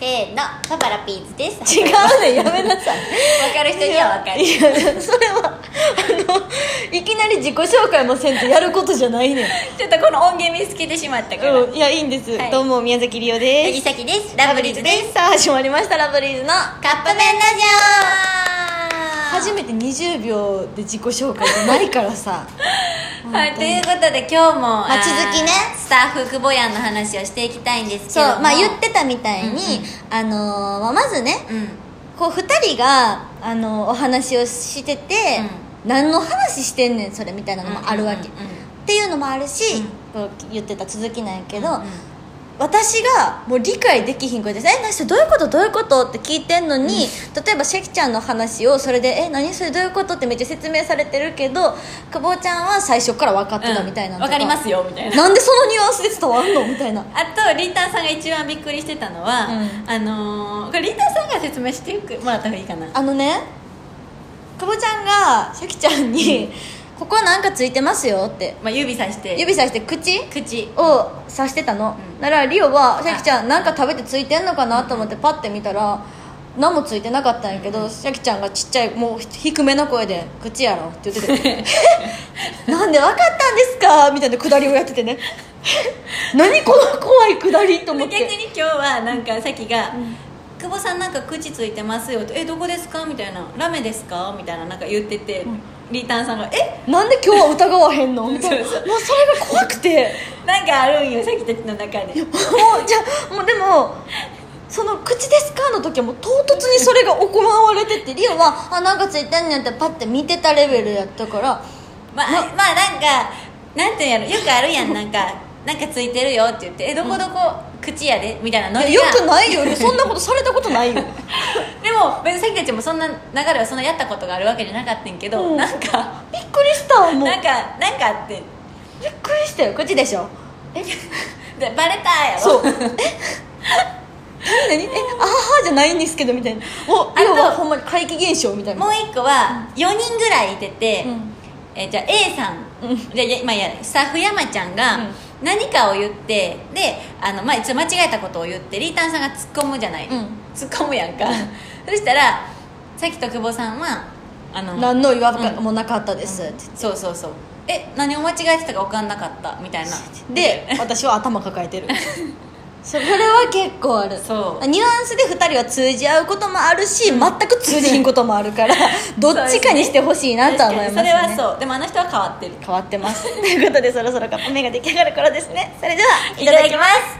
ーのパパラピーズです違うねやめなさい分かる人には分かるいやそれはあのいきなり自己紹介もせんとやることじゃないねん、ちょっとこの音源見つけてしまったから、うん、いやいいんです、はいどうも宮崎りおで柳す崎ですラブリーズですさあ始まりましたラブリーズのカップ麺ラジオ初めて20秒で自己紹介じゃないからさはい、ということで今日も、まあ続きねあースタッフ久保やんの話をしていきたいんですけそどもうまあ言ってたみたいうに、んうんあのーまあまずねうんこう2人が、あのーお話をしてて、何の話してんねんそれみたいなのもあるわけ、うんうんうんっていうのもあるし、うんこう言ってた続きなんやけど、うんうん私がもう理解できひんこれで「え何それどういうことどういうこと?」って聞いてんのに、例えばシェキちゃんの話をそれで「え何それどういうこと?」ってめっちゃ説明されてるけど久保ちゃんは最初から分かってたみたいなのわ、とかりますよみたいななんでそのニュアンスで伝わんのみたいなあとリンタンさんが一番びっくりしてたのは、うんあのー、これリンタンさんが説明してもらった方がいいかなあのね久保ちゃんがシェキちゃんに「ここなんかついてますよ」ってまあ、指さして指さして口口を指してたの、うんならリオは「シャキちゃんなんか食べてついてんのかな?」と思ってパッて見たら何もついてなかったんやけど、シャキちゃんがちっちゃいもう低めの声で「口やろ」って言っ て て「えなんで分かったんですか?」みたいなくだりをやっててね 「何この怖いくだり」と思っで逆てに今日はなんかさっきが、久保さんなんか口ついてますよ」とえどこですか?」みたいな「ラメですか?」みたいななんか言ってて、リータンさんが「えなんで今日は疑わへんのみたいなもうそうそれが怖くてなんかあるんよさっきたちの中でもうじゃあもうでもその「口ですか?」の時はもう唐突にそれが行われててリオは「あなんかついてんねん」ってパッて見てたレベルやったからまあ、まあなんかなんていうんやろよくあるやんなんかなんかついてるよって言って「えどこどこ、口やで」みたいなノいリやがよくないよそんなことされたこ とないよでも別にさっきたちもそんな流れはそんなやったことがあるわけじゃなかったんけど、うんなんかびっくりしたわもうなんかなんかあってびっくりしたよ口でしょえでバレたやろそうえ何何えあははじゃないんですけどみたいなおあリオはとほんまに怪奇現象みたいなもう一個は4人ぐらいいてて、うんえーじゃあ A さん、うんじゃあいやまあ、いやスタッフ山ちゃんがうん何かを言ってであの、まあ、一応間違えたことを言ってリータンさんが突っ込むじゃない、うん突っ込むやんかそしたらさっきと久保さんはあの何の言わか、うんもなかったですってそうそうそうえ何を間違えてたか分かんなかったみたいなで私は頭抱 えてるそれは結構あるそうニュアンスで2人は通じ合うこともあるし全く通じひんこともあるから どっちかにしてほしいなとは思います、ね、確かにそれはそうでもあの人は変わってる 変わってますということでそろそろカップ麺が出来上がる頃ですねそれではいただきます